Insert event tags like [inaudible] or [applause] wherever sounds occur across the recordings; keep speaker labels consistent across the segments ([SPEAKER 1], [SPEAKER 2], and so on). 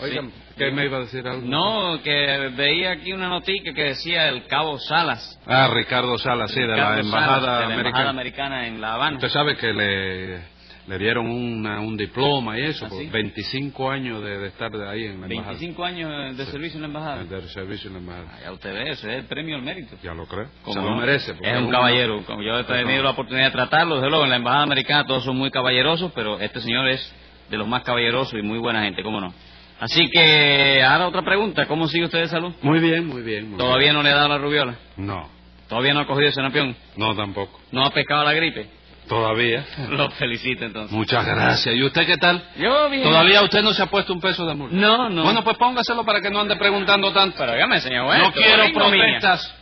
[SPEAKER 1] Oiga, ¿qué me iba a decir algo?
[SPEAKER 2] No, que veía aquí una noticia que decía el cabo Salas.
[SPEAKER 1] Ah, Ricardo Salas, sí, de
[SPEAKER 2] Ricardo
[SPEAKER 1] la
[SPEAKER 2] Salas,
[SPEAKER 1] Embajada
[SPEAKER 2] de la
[SPEAKER 1] Americana.
[SPEAKER 2] Embajada Americana en La Habana.
[SPEAKER 1] Usted sabe que le, le dieron una- un diploma y eso,
[SPEAKER 2] ¿Ah,
[SPEAKER 1] por
[SPEAKER 2] sí?
[SPEAKER 1] 25 años de, de estar de ahí en la embajada.
[SPEAKER 2] 25 años de servicio en la embajada.
[SPEAKER 1] Del servicio en la embajada.
[SPEAKER 2] Ah, Ya usted ve, ese es el premio al mérito.
[SPEAKER 1] Ya lo creo. Se
[SPEAKER 2] Como
[SPEAKER 1] lo
[SPEAKER 2] no,
[SPEAKER 1] merece. porque
[SPEAKER 2] Es un
[SPEAKER 1] uno-
[SPEAKER 2] caballero. Como yo he tenido la oportunidad de tratarlo, desde luego en la embajada americana todos son muy caballerosos, pero este señor es de los más caballerosos y muy buena gente, cómo no. Así que ahora otra pregunta, ¿cómo sigue usted de salud?
[SPEAKER 1] Muy bien, muy bien. muy
[SPEAKER 2] Todavía no le ha dado la rubiola,
[SPEAKER 1] bien. No,
[SPEAKER 2] todavía no ha cogido senapión,
[SPEAKER 1] no tampoco.
[SPEAKER 2] no ha pescado la
[SPEAKER 1] [laughs]
[SPEAKER 2] gripe. [laughs]
[SPEAKER 1] Todavía.
[SPEAKER 2] Lo felicito entonces.
[SPEAKER 1] Muchas gracias. ¿Y usted qué tal?
[SPEAKER 2] Yo bien.
[SPEAKER 1] Todavía usted no se ha puesto un peso de multa.
[SPEAKER 2] No, no.
[SPEAKER 1] Bueno, pues póngaselo para que no ande preguntando tanto.
[SPEAKER 2] pero dígame, señor juez,
[SPEAKER 1] No
[SPEAKER 2] esto es
[SPEAKER 1] quiero
[SPEAKER 2] una ignominia.
[SPEAKER 1] protestas.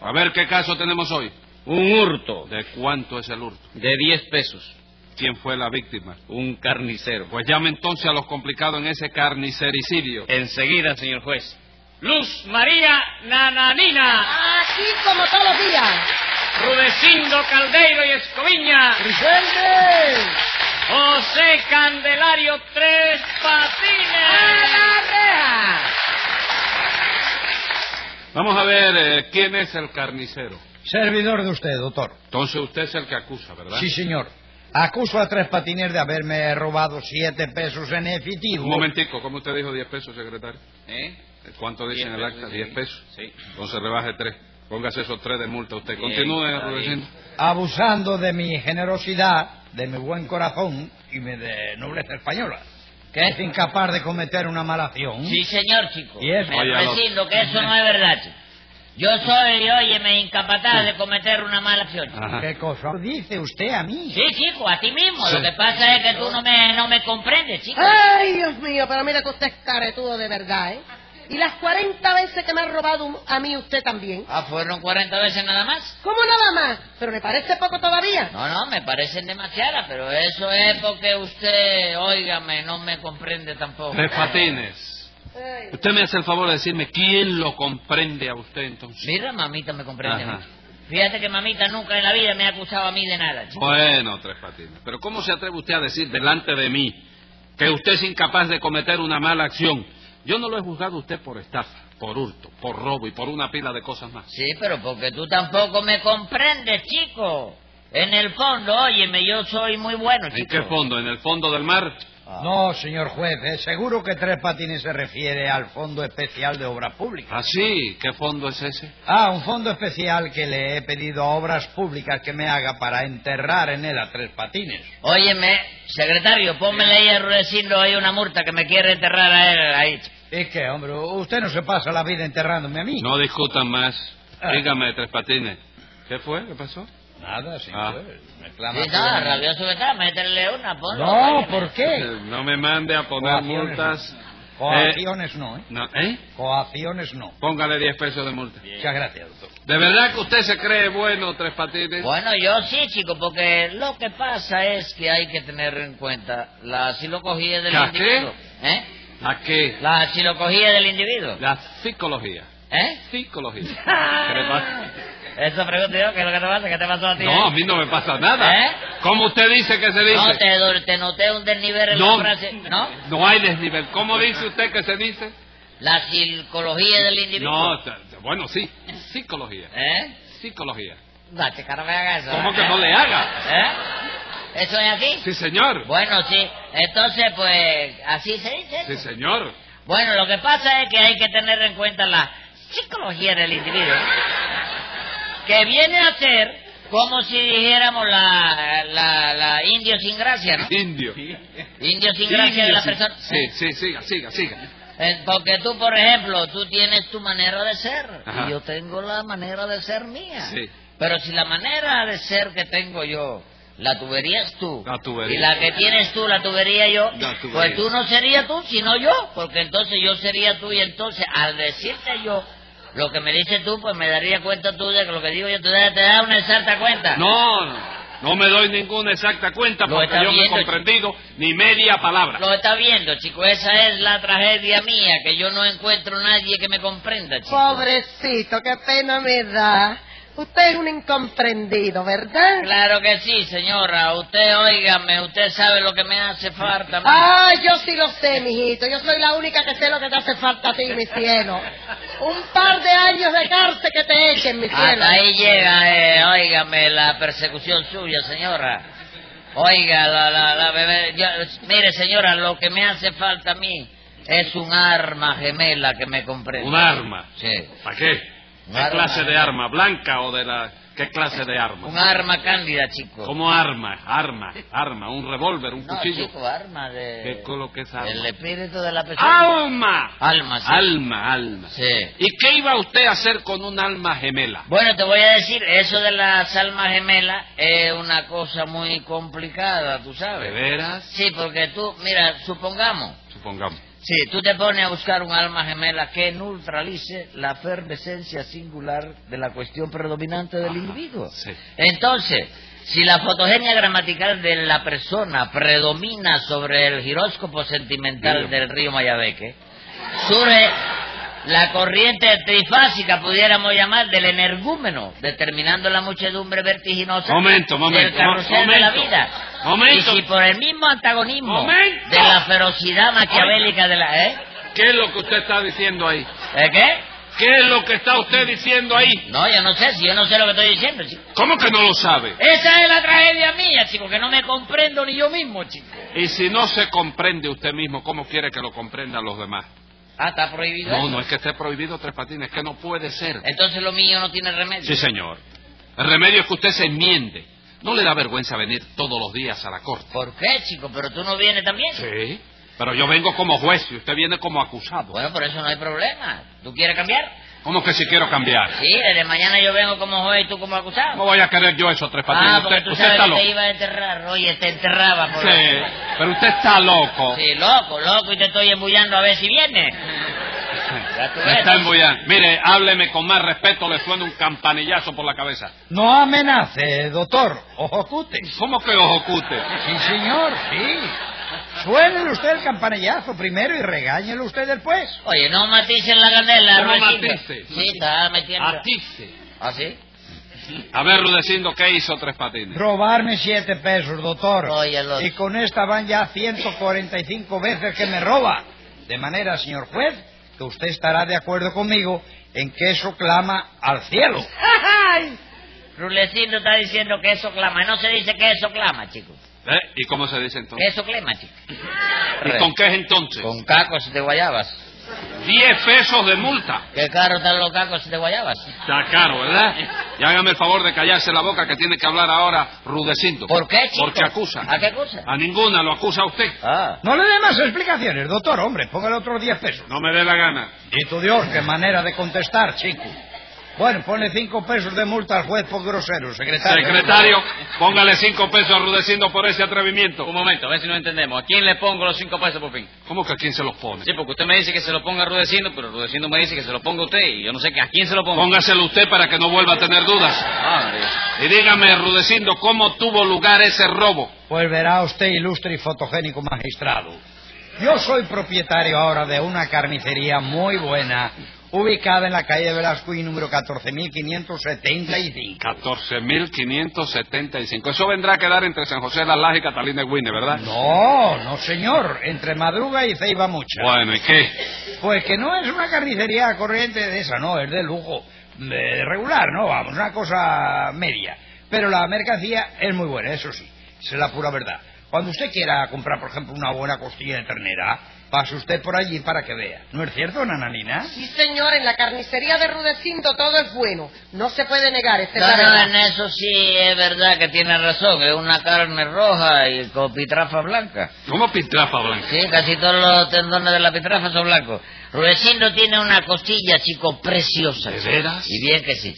[SPEAKER 1] A ver qué caso tenemos hoy.
[SPEAKER 2] Un hurto
[SPEAKER 1] ¿De cuánto es el hurto?
[SPEAKER 2] de 10 pesos,
[SPEAKER 1] ¿Quién fue la víctima?
[SPEAKER 2] un carnicero.
[SPEAKER 1] Pues llame entonces a los complicados en ese carnicericidio.
[SPEAKER 2] Enseguida, señor juez. Luz María Nananina.
[SPEAKER 3] Aquí como todos los días.
[SPEAKER 2] Rudecindo Caldeiro y Escoviña,
[SPEAKER 3] ¡Presente!
[SPEAKER 2] José Candelario Tres Patines.
[SPEAKER 1] Vamos a ver eh, quién es el carnicero.
[SPEAKER 4] Servidor de usted, doctor.
[SPEAKER 1] Entonces usted es el que acusa, ¿verdad?
[SPEAKER 4] Sí, señor. Acuso a Tres Patines de haberme robado siete pesos en efectivo.
[SPEAKER 1] Un momentico, ¿cómo usted dijo 10 pesos, secretario?
[SPEAKER 2] ¿Eh?
[SPEAKER 1] ¿Cuánto dice en el acta? 10 pesos.
[SPEAKER 2] Sí.
[SPEAKER 1] Entonces rebaje 3. Póngase esos 3 de multa usted.
[SPEAKER 2] Bien,
[SPEAKER 1] Continúe,
[SPEAKER 2] está
[SPEAKER 1] Rudecindo.
[SPEAKER 4] Abusando de mi generosidad, de mi buen corazón y mi de nobleza española, que es incapaz de cometer una mala acción.
[SPEAKER 5] Sí, señor, chico.
[SPEAKER 4] Y eso.
[SPEAKER 5] me
[SPEAKER 1] Oye, lo-
[SPEAKER 5] resindo que eso no es verdad, chico. Yo soy, óyeme, incapaz de cometer una mala acción. chico.
[SPEAKER 1] Ajá.
[SPEAKER 4] ¿Qué cosa dice usted a mí?
[SPEAKER 5] Sí, chico, a ti mismo.
[SPEAKER 1] Sí.
[SPEAKER 5] Lo que pasa es que tú no me, no me comprendes, chico.
[SPEAKER 3] ¡Ay, Dios mío! Pero mira que usted es caretudo de verdad, ¿eh? Y las 40 veces que me ha robado a mí usted también.
[SPEAKER 5] Ah, fueron 40 veces nada más.
[SPEAKER 3] ¿Cómo nada más? ¿Pero le parece poco todavía?
[SPEAKER 5] No, no, me parecen demasiadas, pero eso es porque usted, óigame, no me comprende tampoco.
[SPEAKER 1] Tres patines.
[SPEAKER 3] Ay.
[SPEAKER 1] Usted me hace el favor de decirme quién lo comprende a usted entonces.
[SPEAKER 5] Mira, mamita me comprende
[SPEAKER 1] Ajá.
[SPEAKER 5] mucho. Fíjate que mamita nunca en la vida me ha acusado a mí de nada, chico.
[SPEAKER 1] Bueno, Tres Patines, pero ¿cómo se atreve usted a decir delante de mí que usted es incapaz de cometer una mala acción? Yo no lo he juzgado a usted por estafa, por hurto, por robo y por una pila de cosas más.
[SPEAKER 5] Sí, pero porque tú tampoco me comprendes, chico. En el fondo, óyeme, yo soy muy bueno,
[SPEAKER 1] ¿En
[SPEAKER 5] chico.
[SPEAKER 1] qué fondo? ¿En el fondo del mar?
[SPEAKER 4] Ah. No, señor juez, eh, seguro que Tres Patines se refiere al Fondo Especial de Obras Públicas.
[SPEAKER 1] Ah, sí, ¿qué fondo es ese?
[SPEAKER 4] Ah, un fondo especial que le he pedido a Obras Públicas que me haga para enterrar en él a Tres Patines.
[SPEAKER 5] Óyeme, secretario, pónmele ahí a Rudecindo ahí una multa que me quiere enterrar a él ahí. chico.
[SPEAKER 4] Es que, hombre, usted no se pasa la vida enterrándome a mí.
[SPEAKER 1] No discutan más.
[SPEAKER 5] Ah.
[SPEAKER 1] Dígame, Tres Patines. ¿Qué fue? ¿Qué pasó?
[SPEAKER 4] Nada, señor
[SPEAKER 1] Ah.
[SPEAKER 4] juez. Me clama
[SPEAKER 5] Sí,
[SPEAKER 4] por
[SPEAKER 5] no,
[SPEAKER 4] una-
[SPEAKER 5] rabioso que está, métele una, ponlo.
[SPEAKER 4] No,
[SPEAKER 5] óyeme.
[SPEAKER 4] ¿por qué?
[SPEAKER 1] Eh, No me mande a poner
[SPEAKER 4] Coacciones.
[SPEAKER 1] multas. Eh,
[SPEAKER 4] Coacciones no, ¿eh?
[SPEAKER 1] no, ¿eh?
[SPEAKER 4] Coacciones no.
[SPEAKER 1] Póngale 10 pesos de multa.
[SPEAKER 4] Muchas gracias, doctor.
[SPEAKER 1] ¿De verdad que usted se cree bueno, Tres Patines?
[SPEAKER 5] Bueno, yo sí, chico, porque lo que pasa es que hay que tener en cuenta la silocogía del
[SPEAKER 1] ¿La
[SPEAKER 5] individuo. ¿Eh?
[SPEAKER 1] ¿A qué?
[SPEAKER 5] La silocogía del individuo.
[SPEAKER 1] La psicología.
[SPEAKER 5] ¿Eh?
[SPEAKER 1] Psicología.
[SPEAKER 4] [laughs]
[SPEAKER 1] ¿Qué le pasa?
[SPEAKER 5] Eso pregunto yo, ¿qué es lo que te pasa? ¿Qué te pasó a ti?
[SPEAKER 1] No, a
[SPEAKER 5] eh?
[SPEAKER 1] mí no me pasa nada.
[SPEAKER 5] ¿Eh?
[SPEAKER 1] ¿Cómo usted dice que se dice?
[SPEAKER 5] No, te, do- te noté un desnivel en
[SPEAKER 1] No,
[SPEAKER 5] la frase, ¿no?
[SPEAKER 1] no hay desnivel. ¿Cómo dice usted que se dice?
[SPEAKER 5] La psicología del individuo.
[SPEAKER 1] No, t- bueno, sí. Psicología.
[SPEAKER 5] ¿Eh?
[SPEAKER 1] Psicología.
[SPEAKER 5] Date, cara, me haga eso.
[SPEAKER 1] ¿Cómo que
[SPEAKER 5] ¿eh?
[SPEAKER 1] no le haga?
[SPEAKER 5] ¿Eh? ¿Eso es así?
[SPEAKER 1] Sí, señor.
[SPEAKER 5] Bueno, sí. Entonces, pues, así se dice.
[SPEAKER 1] Sí,
[SPEAKER 5] eso.
[SPEAKER 1] señor.
[SPEAKER 5] Bueno, lo que pasa es que hay que tener en cuenta la psicología del individuo. ¿eh? Que viene a ser como si dijéramos la, la, la indio sin gracia, ¿no?
[SPEAKER 1] Indio.
[SPEAKER 5] Indio sin
[SPEAKER 1] Indio,
[SPEAKER 5] gracia de la
[SPEAKER 1] sí.
[SPEAKER 5] persona.
[SPEAKER 1] Sí, sí, siga, siga, siga.
[SPEAKER 5] Eh, Porque tú, por ejemplo, tú tienes tu manera de ser
[SPEAKER 1] Ajá.
[SPEAKER 5] y yo tengo la manera de ser mía.
[SPEAKER 1] Sí.
[SPEAKER 5] Pero si la manera de ser que tengo yo La tubería es tú.
[SPEAKER 1] La tubería.
[SPEAKER 5] Y la que tienes tú, la tubería yo.
[SPEAKER 1] La tubería.
[SPEAKER 5] Pues tú no serías tú, sino yo. Porque entonces yo sería tú y entonces al decirte yo lo que me dices tú, pues me daría cuenta tú de que lo que digo yo te da, te da una exacta cuenta.
[SPEAKER 1] No, no. No me doy ninguna exacta cuenta
[SPEAKER 5] Lo
[SPEAKER 1] porque
[SPEAKER 5] está
[SPEAKER 1] yo no he
[SPEAKER 5] viendo,
[SPEAKER 1] comprendido ni media palabra.
[SPEAKER 5] Lo está viendo, chico. Esa es la tragedia mía, que yo no encuentro nadie que me comprenda, chico.
[SPEAKER 3] Pobrecito, qué pena me da. Usted es un incomprendido, ¿verdad?
[SPEAKER 5] Claro que sí, señora. Usted, óigame, usted sabe lo que me hace falta. mí.
[SPEAKER 3] Ah, yo sí lo sé, mijito. Yo soy la única que sé lo que te hace falta a ti, mi cielo. Un par de años de cárcel que te echen, mi cielo.
[SPEAKER 5] Hasta ahí llega, eh, óigame, la persecución suya, señora. Oiga, la, la, la bebé. yo- mire, señora, lo que me hace falta a mí es un arma gemela que me comprenda.
[SPEAKER 1] Un arma.
[SPEAKER 5] Sí.
[SPEAKER 1] ¿Para qué? ¿Qué
[SPEAKER 5] Arma.
[SPEAKER 1] clase de arma? ¿Blanca o de la.? ¿Qué clase de arma?
[SPEAKER 5] Un arma cándida, chico.
[SPEAKER 1] ¿Cómo arma? Arma, arma. ¿Un revólver? ¿Un
[SPEAKER 5] No,
[SPEAKER 1] cuchillo?
[SPEAKER 5] chico, arma de...
[SPEAKER 1] ¿Qué colo que es arma?
[SPEAKER 5] El espíritu de la persona.
[SPEAKER 1] ¡Alma!
[SPEAKER 5] Alma, sí.
[SPEAKER 1] Alma, alma.
[SPEAKER 5] Sí.
[SPEAKER 1] ¿Y qué iba usted a hacer con un alma gemela?
[SPEAKER 5] Bueno, te voy a decir, eso de las almas gemelas es una cosa muy complicada, tú
[SPEAKER 1] ¿De
[SPEAKER 5] sabes.
[SPEAKER 1] veras?
[SPEAKER 5] Sí, porque tú, mira, supongamos,
[SPEAKER 1] Supongamos.
[SPEAKER 5] si tú te pones a buscar un alma gemela que neutralice la efervescencia singular de la cuestión predominante del
[SPEAKER 1] Ajá,
[SPEAKER 5] individuo.
[SPEAKER 1] sí.
[SPEAKER 5] Entonces, si la fotogenia gramatical de la persona predomina sobre el giróscopo sentimental
[SPEAKER 1] Bien.
[SPEAKER 5] del río Mayabeque, surge la corriente trifásica, pudiéramos llamar, del energúmeno, determinando la muchedumbre vertiginosa
[SPEAKER 1] Momento, momento,
[SPEAKER 5] del carrusel
[SPEAKER 1] mo-
[SPEAKER 5] de la
[SPEAKER 1] momento,
[SPEAKER 5] vida.
[SPEAKER 1] momento.
[SPEAKER 5] Y si por el mismo antagonismo
[SPEAKER 1] Momento.
[SPEAKER 5] de la ferocidad maquiavélica de la... ¿Eh?
[SPEAKER 1] ¿Qué es lo que usted está diciendo ahí?
[SPEAKER 5] ¿Eh, qué?
[SPEAKER 1] ¿Qué es lo que está usted diciendo ahí?
[SPEAKER 5] No, yo no sé, si yo no sé lo que estoy diciendo, chico.
[SPEAKER 1] ¿Cómo que no lo sabe?
[SPEAKER 5] Esa es la tragedia mía, chico, que no me comprendo ni yo mismo, chico.
[SPEAKER 1] Y si no se comprende usted mismo, ¿cómo quiere que lo comprendan los demás?
[SPEAKER 5] Ah, está prohibido.
[SPEAKER 1] No,
[SPEAKER 5] eso.
[SPEAKER 1] no es que esté prohibido tres patines, es que no puede ser.
[SPEAKER 5] Entonces lo mío no tiene remedio.
[SPEAKER 1] Sí, señor. El remedio es que usted se enmiende. ¿No le da vergüenza venir todos los días a la corte?
[SPEAKER 5] ¿Por qué, chico? Pero tú no vienes también.
[SPEAKER 1] Sí. Pero yo vengo como juez y usted viene como acusado.
[SPEAKER 5] Bueno, por eso no hay problema. ¿Tú quieres cambiar?
[SPEAKER 1] ¿Cómo que si quiero cambiar?
[SPEAKER 5] Sí, desde mañana yo vengo como juez y tú
[SPEAKER 1] ¿Cómo
[SPEAKER 5] como acusado.
[SPEAKER 1] voy a querer yo eso, Tres Patines?
[SPEAKER 5] ah, porque
[SPEAKER 1] usted
[SPEAKER 5] tú
[SPEAKER 1] usted
[SPEAKER 5] sabes
[SPEAKER 1] está
[SPEAKER 5] que te
[SPEAKER 1] loco.
[SPEAKER 5] iba a enterrar. Oye, te enterraba por
[SPEAKER 1] Sí, pero usted está loco.
[SPEAKER 5] Sí, loco, loco, y te estoy embullando a ver
[SPEAKER 1] [laughs]
[SPEAKER 5] si vienes. Ya tú
[SPEAKER 1] Me
[SPEAKER 5] ves.
[SPEAKER 1] está embullando. Mire, hábleme con más respeto, le suena un campanillazo por la cabeza.
[SPEAKER 4] No amenace, doctor. Ojo cute.
[SPEAKER 1] ¿Cómo que os ocute?
[SPEAKER 4] Sí, señor, sí. Suénele usted el campanillazo primero y regáñelo usted después.
[SPEAKER 5] Oye, no maticen la candela,
[SPEAKER 1] No
[SPEAKER 5] Rudecindo.
[SPEAKER 1] matices.
[SPEAKER 5] Sí, está metiendo.
[SPEAKER 1] Atice.
[SPEAKER 5] ¿Ah, sí?
[SPEAKER 1] A ver, Rudecindo, ¿qué hizo Tres Patines?
[SPEAKER 4] Robarme siete pesos, doctor.
[SPEAKER 5] Oye, loco.
[SPEAKER 4] Y con esta van ya 145 veces que me roba. De manera, señor juez, que usted estará de acuerdo conmigo en que eso clama al cielo.
[SPEAKER 3] ¡Ay!
[SPEAKER 5] Rulecindo está diciendo que eso clama. No se dice que eso clama, chico.
[SPEAKER 1] ¿Eh? ¿Y cómo se dice
[SPEAKER 5] Que
[SPEAKER 1] entonces?
[SPEAKER 5] eso clama, chico.
[SPEAKER 1] ¿Y con qué es entonces?
[SPEAKER 5] Con cacos de guayabas.
[SPEAKER 1] Diez pesos de multa.
[SPEAKER 5] Qué caro están los cacos de guayabas.
[SPEAKER 1] Está caro, ¿verdad? Y hágame el favor de callarse la boca que tiene que hablar ahora Rudecindo.
[SPEAKER 5] ¿Por qué, chico?
[SPEAKER 1] Porque acusa.
[SPEAKER 5] ¿A qué acusa?
[SPEAKER 1] A ninguna, lo acusa usted.
[SPEAKER 5] Ah.
[SPEAKER 4] No le dé más explicaciones, doctor, hombre. Póngale otros 10 pesos.
[SPEAKER 1] No me dé la gana.
[SPEAKER 4] Y tu Dios, qué manera de contestar, chico. Bueno, ponle cinco pesos de multa al juez por grosero, secretario.
[SPEAKER 1] Secretario, póngale cinco pesos a Rudecindo por ese atrevimiento.
[SPEAKER 2] Un momento, a ver si nos entendemos. ¿A quién le pongo los cinco pesos por fin?
[SPEAKER 1] ¿Cómo que a quién se los pone?
[SPEAKER 2] Sí, porque usted me dice que se lo ponga a Rudecindo, pero Rudecindo me dice que se lo ponga a usted. Y yo no sé que a quién se lo Ah, pongo.
[SPEAKER 1] Póngaselo usted para que no vuelva a tener dudas.
[SPEAKER 2] Madre.
[SPEAKER 1] Y dígame, Rudecindo, ¿cómo tuvo lugar ese robo?
[SPEAKER 4] Pues verá usted, ilustre y fotogénico magistrado. Yo soy propietario ahora de una carnicería muy buena, ubicada en la calle Velasco y número 14.575.
[SPEAKER 1] 14.575. Eso vendrá a quedar entre San José de las Lajas y Catalina Guine, ¿verdad?
[SPEAKER 4] No, no señor, entre Madruga y Ceiba Mucha.
[SPEAKER 1] Bueno, ¿y qué?
[SPEAKER 4] Pues que no es una carnicería corriente de esa, no, es de lujo. De regular, no, vamos, una cosa media. Pero la mercancía es muy buena, eso sí, es la pura verdad. Cuando usted quiera comprar, por ejemplo, una buena costilla de ternera, pase usted por allí para que vea. ¿No es cierto, Nananina?
[SPEAKER 3] Sí, señor, en la carnicería de Rudecindo todo es bueno. No se puede negar, este esta es
[SPEAKER 5] No,
[SPEAKER 3] la
[SPEAKER 5] no,
[SPEAKER 3] verdad.
[SPEAKER 5] en eso sí es verdad que tiene razón. Es una carne roja y con pitrafa blanca.
[SPEAKER 1] ¿Cómo pitrafa blanca?
[SPEAKER 5] Sí, casi todos los tendones de la pitrafa son blancos. Rudecindo tiene una costilla, chico, preciosa.
[SPEAKER 1] ¿De
[SPEAKER 5] chico.
[SPEAKER 1] veras?
[SPEAKER 5] Y bien que sí.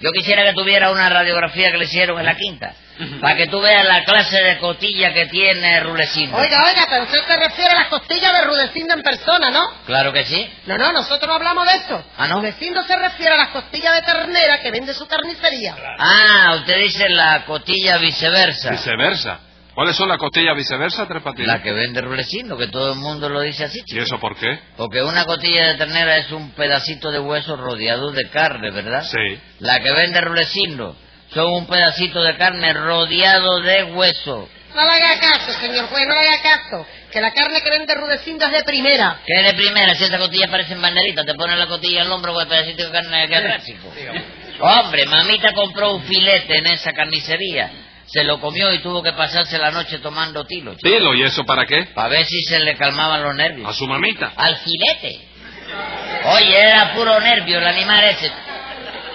[SPEAKER 5] Yo quisiera que tuviera una radiografía que le hicieron en la quinta. Para que tú veas la clase de cotilla que tiene Rulecindo.
[SPEAKER 3] Oiga, oiga, pero usted se refiere a las costillas de Rudecindo en persona, ¿no?
[SPEAKER 5] Claro que sí.
[SPEAKER 3] No, no, nosotros no hablamos de esto.
[SPEAKER 5] Ah, ¿no?
[SPEAKER 3] Rudecindo se refiere a las costillas de ternera que vende su carnicería.
[SPEAKER 5] Ah, usted dice la cotilla viceversa.
[SPEAKER 1] Viceversa. ¿Cuáles son las costillas viceversa, Tres Patines?
[SPEAKER 5] La que vende Rulecindo, que todo el mundo lo dice así,
[SPEAKER 1] ¿Y
[SPEAKER 5] chico.
[SPEAKER 1] eso por qué?
[SPEAKER 5] Porque una cotilla de ternera es un pedacito de hueso rodeado de carne, ¿verdad?
[SPEAKER 1] Sí.
[SPEAKER 5] La que vende Rulecindo son un pedacito de carne rodeado de hueso.
[SPEAKER 3] No le haga caso, señor juez, no le haga caso. Que la carne que vende Rudecindo es de primera.
[SPEAKER 5] Que de primera, si esas costillas parecen banderitas, te ponen la costilla al hombro con el pedacito de carne que atrás, chico. Hombre, mamita compró un filete en esa carnicería. Se lo comió y tuvo que pasarse la noche tomando tilo, chico.
[SPEAKER 1] Dilo, ¿y eso para qué?
[SPEAKER 5] Para ver si se le calmaban los nervios.
[SPEAKER 1] A su mamita.
[SPEAKER 5] Al filete. Oye, era puro nervio el animal ese.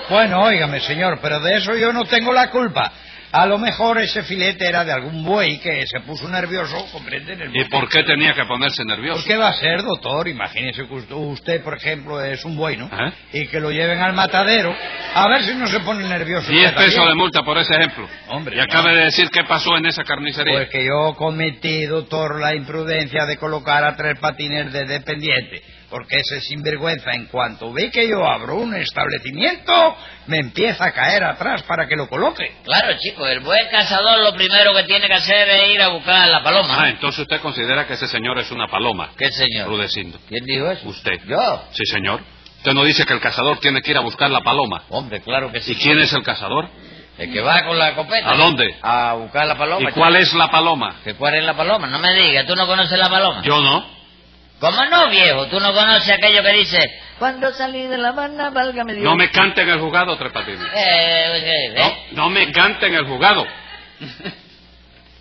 [SPEAKER 4] Bueno, óigame, señor, pero de eso yo no tengo la culpa. A lo mejor ese filete era de algún buey que se puso nervioso, comprenden el
[SPEAKER 1] ¿Y por qué tenía que ponerse nervioso?
[SPEAKER 4] ¿Por qué va a ser, doctor? Imagínese que usted- usted, por ejemplo, es un buey, ¿no?
[SPEAKER 1] Ajá.
[SPEAKER 4] Y que lo lleven al matadero, a ver si no se pone nervioso.
[SPEAKER 1] Diez
[SPEAKER 4] usted también.
[SPEAKER 1] pesos de multa por ese ejemplo.
[SPEAKER 4] Hombre,
[SPEAKER 1] Y
[SPEAKER 4] no.
[SPEAKER 1] acabe de decir qué pasó en esa carnicería.
[SPEAKER 4] Pues que yo cometí, doctor, la imprudencia de colocar a tres patines de dependiente. Porque ese sinvergüenza, en cuanto ve que yo abro un establecimiento, me empieza a caer atrás para que lo coloque.
[SPEAKER 5] Claro, chico, el buen cazador lo primero que tiene que hacer es ir a buscar a la paloma.
[SPEAKER 1] Ah, entonces usted considera que ese señor es una paloma.
[SPEAKER 5] ¿Qué señor?
[SPEAKER 1] Rudecindo.
[SPEAKER 5] ¿Quién dijo eso?
[SPEAKER 1] Usted.
[SPEAKER 5] Yo.
[SPEAKER 1] Sí, señor. Usted no dice que el cazador tiene que ir a buscar la paloma.
[SPEAKER 5] Hombre, claro que sí.
[SPEAKER 1] ¿Y quién es el cazador?
[SPEAKER 5] El que va con la copeta.
[SPEAKER 1] ¿A dónde?
[SPEAKER 5] A buscar la
[SPEAKER 1] ¿Y
[SPEAKER 5] paloma.
[SPEAKER 1] cuál es la paloma?
[SPEAKER 5] chico. ¿Que cuál es la paloma? No me digas, ¿tú no conoces la paloma?
[SPEAKER 1] Yo no.
[SPEAKER 5] ¿Cómo no, viejo? ¿Tú no conoces aquello que dice... eh, Cuando salí de la banda, válgame Dios?
[SPEAKER 1] No me cante en el juzgado, Tres Patines.
[SPEAKER 5] Eh, eh, eh, eh.
[SPEAKER 1] No, no me cante en el juzgado.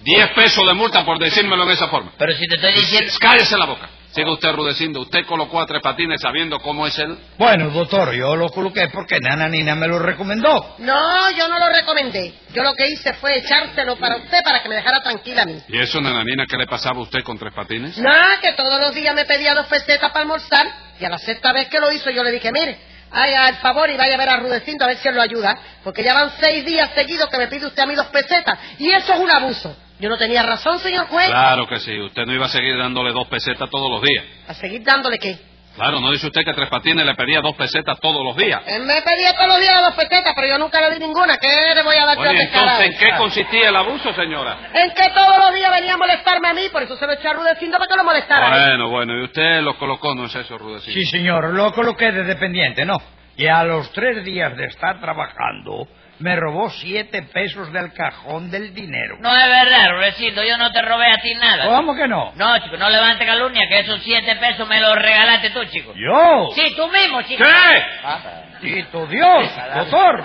[SPEAKER 1] Diez pesos de multa por decírmelo en esa forma.
[SPEAKER 5] Pero si te estoy diciendo...
[SPEAKER 1] Cállese la boca. Siga usted rudeciendo. Usted colocó a Tres Patines sabiendo cómo es él.
[SPEAKER 4] Bueno, doctor, yo lo coloqué porque Nana Nina me lo recomendó.
[SPEAKER 3] No, yo no lo recomendé. Yo lo que hice fue echárselo para usted para que me dejara tranquila a mí.
[SPEAKER 1] ¿Y eso, nananina, qué le pasaba a usted con Tres Patines?
[SPEAKER 3] Nada, que todos los días me pedía dos pesetas para almorzar. Y a la sexta vez que lo hizo, yo le dije, mire, haga el favor y vaya a ver a Rudecindo a ver si él lo ayuda. Porque ya van seis días seguidos que me pide usted a mí dos pesetas. Y eso es un abuso. Yo no tenía razón, señor juez.
[SPEAKER 1] Claro que sí. Usted no iba a seguir dándole dos pesetas todos los días.
[SPEAKER 3] A seguir dándole qué.
[SPEAKER 1] Claro, no dice usted que Tres Patines le pedía dos pesetas todos los días.
[SPEAKER 3] Él me pedía todos los días dos pesetas, pero yo nunca le di ninguna. ¿Qué le voy a dar yo
[SPEAKER 1] Bueno,
[SPEAKER 3] al descarado?
[SPEAKER 1] entonces, ¿en qué consistía el abuso, señora?
[SPEAKER 3] En que todos los días venía a molestarme a mí, por eso se lo eché a Rudecindo para que lo molestara. a él.
[SPEAKER 1] Bueno, bueno, y usted lo colocó, ¿no es eso, Rudecindo?
[SPEAKER 4] Sí, señor, lo coloqué de dependiente, ¿no? Y a los tres días de estar trabajando, me robó siete pesos del cajón del dinero.
[SPEAKER 5] No es verdad, Rudecindo, yo no te robé a ti nada.
[SPEAKER 4] ¿Cómo que no?
[SPEAKER 5] No, chico, no levante calumnia, que esos siete pesos me los regalaste tú, chico.
[SPEAKER 4] Yo,
[SPEAKER 5] Sí, tú mismo, chico.
[SPEAKER 1] ¿Qué?
[SPEAKER 5] Ah,
[SPEAKER 4] Tito Dios, doctor,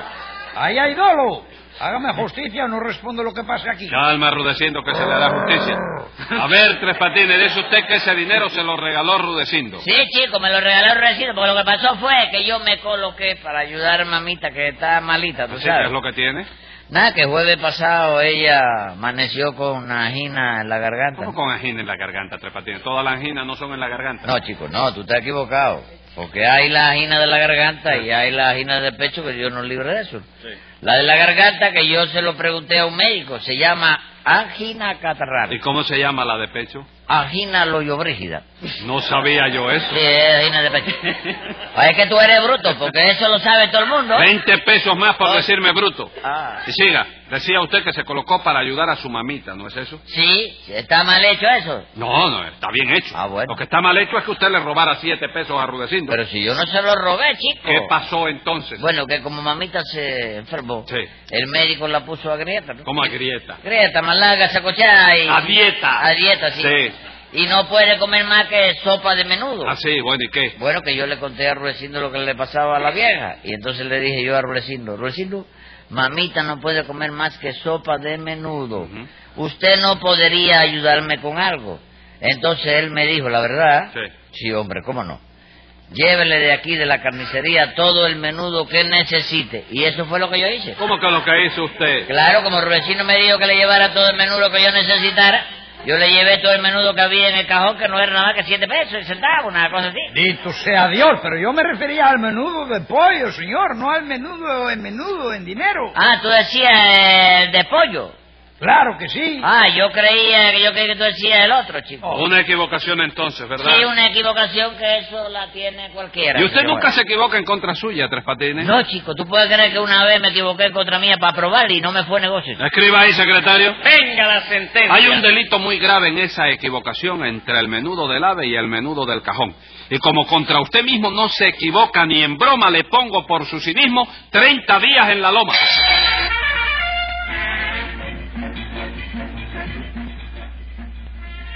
[SPEAKER 4] ahí hay dolo. Hágame justicia, no respondo lo que pase aquí.
[SPEAKER 1] Calma, Rudecindo, que se le da justicia. A ver, Tres Patines, dice usted que ese dinero se lo regaló Rudecindo.
[SPEAKER 5] Sí, chico, me lo regaló Rudecindo, porque lo que pasó fue que yo me coloqué para ayudar a mamita que está malita, tú
[SPEAKER 1] Así que
[SPEAKER 5] sabes.
[SPEAKER 1] es lo que tiene.
[SPEAKER 5] Nada, que jueves pasado ella amaneció con una angina en la garganta.
[SPEAKER 1] ¿Cómo con angina en la garganta, Tres Patines? Todas las anginas no son en la garganta.
[SPEAKER 5] No, chico, no, tú estás equivocado. Porque hay la angina de la garganta y hay la angina del pecho que yo no libre de eso. La de la garganta que yo se lo pregunté a un médico, se llama angina catarral.
[SPEAKER 1] ¿Y cómo se llama la de pecho?
[SPEAKER 5] Angina loyobrígida.
[SPEAKER 1] No sabía yo
[SPEAKER 5] Sí,
[SPEAKER 1] eso.
[SPEAKER 5] es angina
[SPEAKER 1] [laughs]
[SPEAKER 5] de pecho. Ah, es que tú eres bruto, porque eso lo sabe todo el mundo.
[SPEAKER 1] Veinte pesos más por decirme bruto.
[SPEAKER 5] Ah.
[SPEAKER 1] Y siga, decía usted que se colocó para ayudar a su mamita, ¿no es eso?
[SPEAKER 5] Sí, está mal hecho eso.
[SPEAKER 1] No, no, está bien hecho.
[SPEAKER 5] Ah, bueno.
[SPEAKER 1] Lo que está mal hecho es que usted le robara siete pesos a Rudecindo.
[SPEAKER 5] Pero si yo no se lo robé, chico.
[SPEAKER 1] ¿Qué pasó entonces?
[SPEAKER 5] Bueno, que como mamita se enfermó,
[SPEAKER 1] Sí.
[SPEAKER 5] el médico la puso a grieta, ¿no?
[SPEAKER 1] ¿Cómo a grieta?
[SPEAKER 5] Grieta, más larga, sacochada y...
[SPEAKER 1] A dieta.
[SPEAKER 5] A dieta, sí.
[SPEAKER 1] Sí.
[SPEAKER 5] Y no puede comer más que sopa de menudo.
[SPEAKER 1] Ah, sí, bueno, ¿y qué?
[SPEAKER 5] Bueno, que yo le conté a Ruecindo lo que le pasaba a la vieja. Y entonces le dije yo a Ruecindo, Ruecindo, mamita no puede comer más que sopa de menudo.
[SPEAKER 1] Ujú.
[SPEAKER 5] Usted no podría ayudarme con algo. Entonces él me dijo, la verdad,
[SPEAKER 1] Sí.
[SPEAKER 5] hombre, ¿cómo no? Llévele de aquí, de la carnicería, todo el menudo que necesite. Y eso fue lo que yo hice.
[SPEAKER 1] ¿Cómo que lo que hizo usted?
[SPEAKER 5] Claro, como Rudecindo me dijo que le llevara todo el menudo que yo necesitara, yo le llevé todo el menudo que había en el cajón, que no era nada más que siete pesos y centavos, una cosa así.
[SPEAKER 4] Dito sea Dios, pero yo me refería al menudo de pollo, señor, no al menudo en menudo en dinero.
[SPEAKER 5] Ah, tú decías Ah, eh, de pollo.
[SPEAKER 4] Claro que sí.
[SPEAKER 5] Ah, yo creía que yo creía que tú decías el otro, chico.
[SPEAKER 1] Una equivocación entonces, ¿verdad?
[SPEAKER 5] Oh. Sí, una equivocación que eso la tiene cualquiera.
[SPEAKER 1] Y usted
[SPEAKER 5] chico.
[SPEAKER 1] nunca se equivoca en contra suya, Tres Patines.
[SPEAKER 5] No, chico, tú puedes creer que una vez me equivoqué contra mía para probar y no me fue negocio.
[SPEAKER 1] Escriba ahí, secretario.
[SPEAKER 6] Venga la sentencia.
[SPEAKER 1] Hay un delito muy grave en esa equivocación entre el menudo del ave y el menudo del cajón. Y como contra usted mismo no se equivoca ni en broma, le pongo por su cinismo 30 días en la loma.